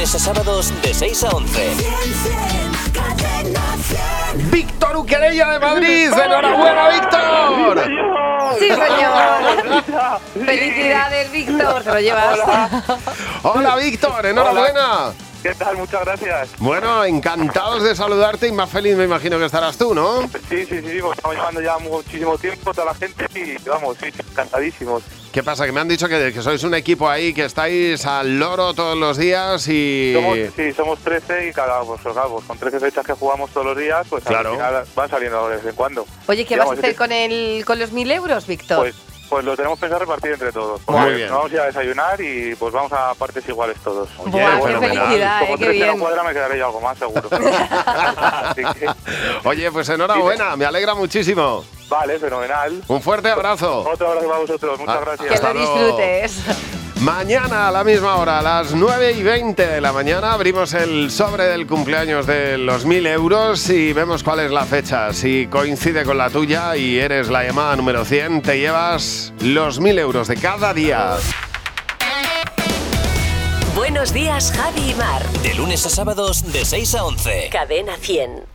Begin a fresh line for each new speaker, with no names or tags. a sábados de 6 a 11.
Víctor Uquerella de Madrid. ¡Enhorabuena, Víctor!
Sí, señor. Felicidades, Víctor. Te lo llevas.
Hola, Víctor. Enhorabuena.
¿Qué tal? Muchas gracias.
Bueno, encantados de saludarte y más feliz me imagino que estarás tú, ¿no?
Sí, sí, sí, pues estamos llevando ya muchísimo tiempo toda la gente y vamos, sí, encantadísimos.
¿Qué pasa? Que me han dicho que, que sois un equipo ahí, que estáis al loro todos los días y...
Somos, sí, somos 13 y cada pues, claro, pues, con 13 fechas que jugamos todos los días, pues
Claro.
al final van saliendo de vez en cuando.
Oye, ¿qué vas
Digamos,
a hacer
es que-
con, el, con los mil euros, Víctor?
Pues, pues lo tenemos pensado repartir entre todos.
Muy
Pues
bien.
nos Vamos a ir a desayunar y pues vamos a partes iguales todos.
Buah,
qué
Pero
felicidad,
como-
eh,
como
qué
13 no
bien.
cuadra me quedaré yo algo más seguro. Así que,
Oye, pues enhorabuena, me alegra muchísimo.
vale, fenomenal.
Un fuerte abrazo.
Otro abrazo para vosotros, muchas
Ah,
gracias.
que
hasta
lo
luego.
disfrutes.
Mañana a la misma hora, a las 9 y 20 de la mañana, abrimos el sobre del cumpleaños de los 1000 euros y vemos cuál es la fecha. Si coincide con la tuya y eres la llamada número 100, te llevas los 1000 euros de cada día.
Buenos días, Javi y Mar.
De lunes a sábados de 6 a 11.
Cadena 100.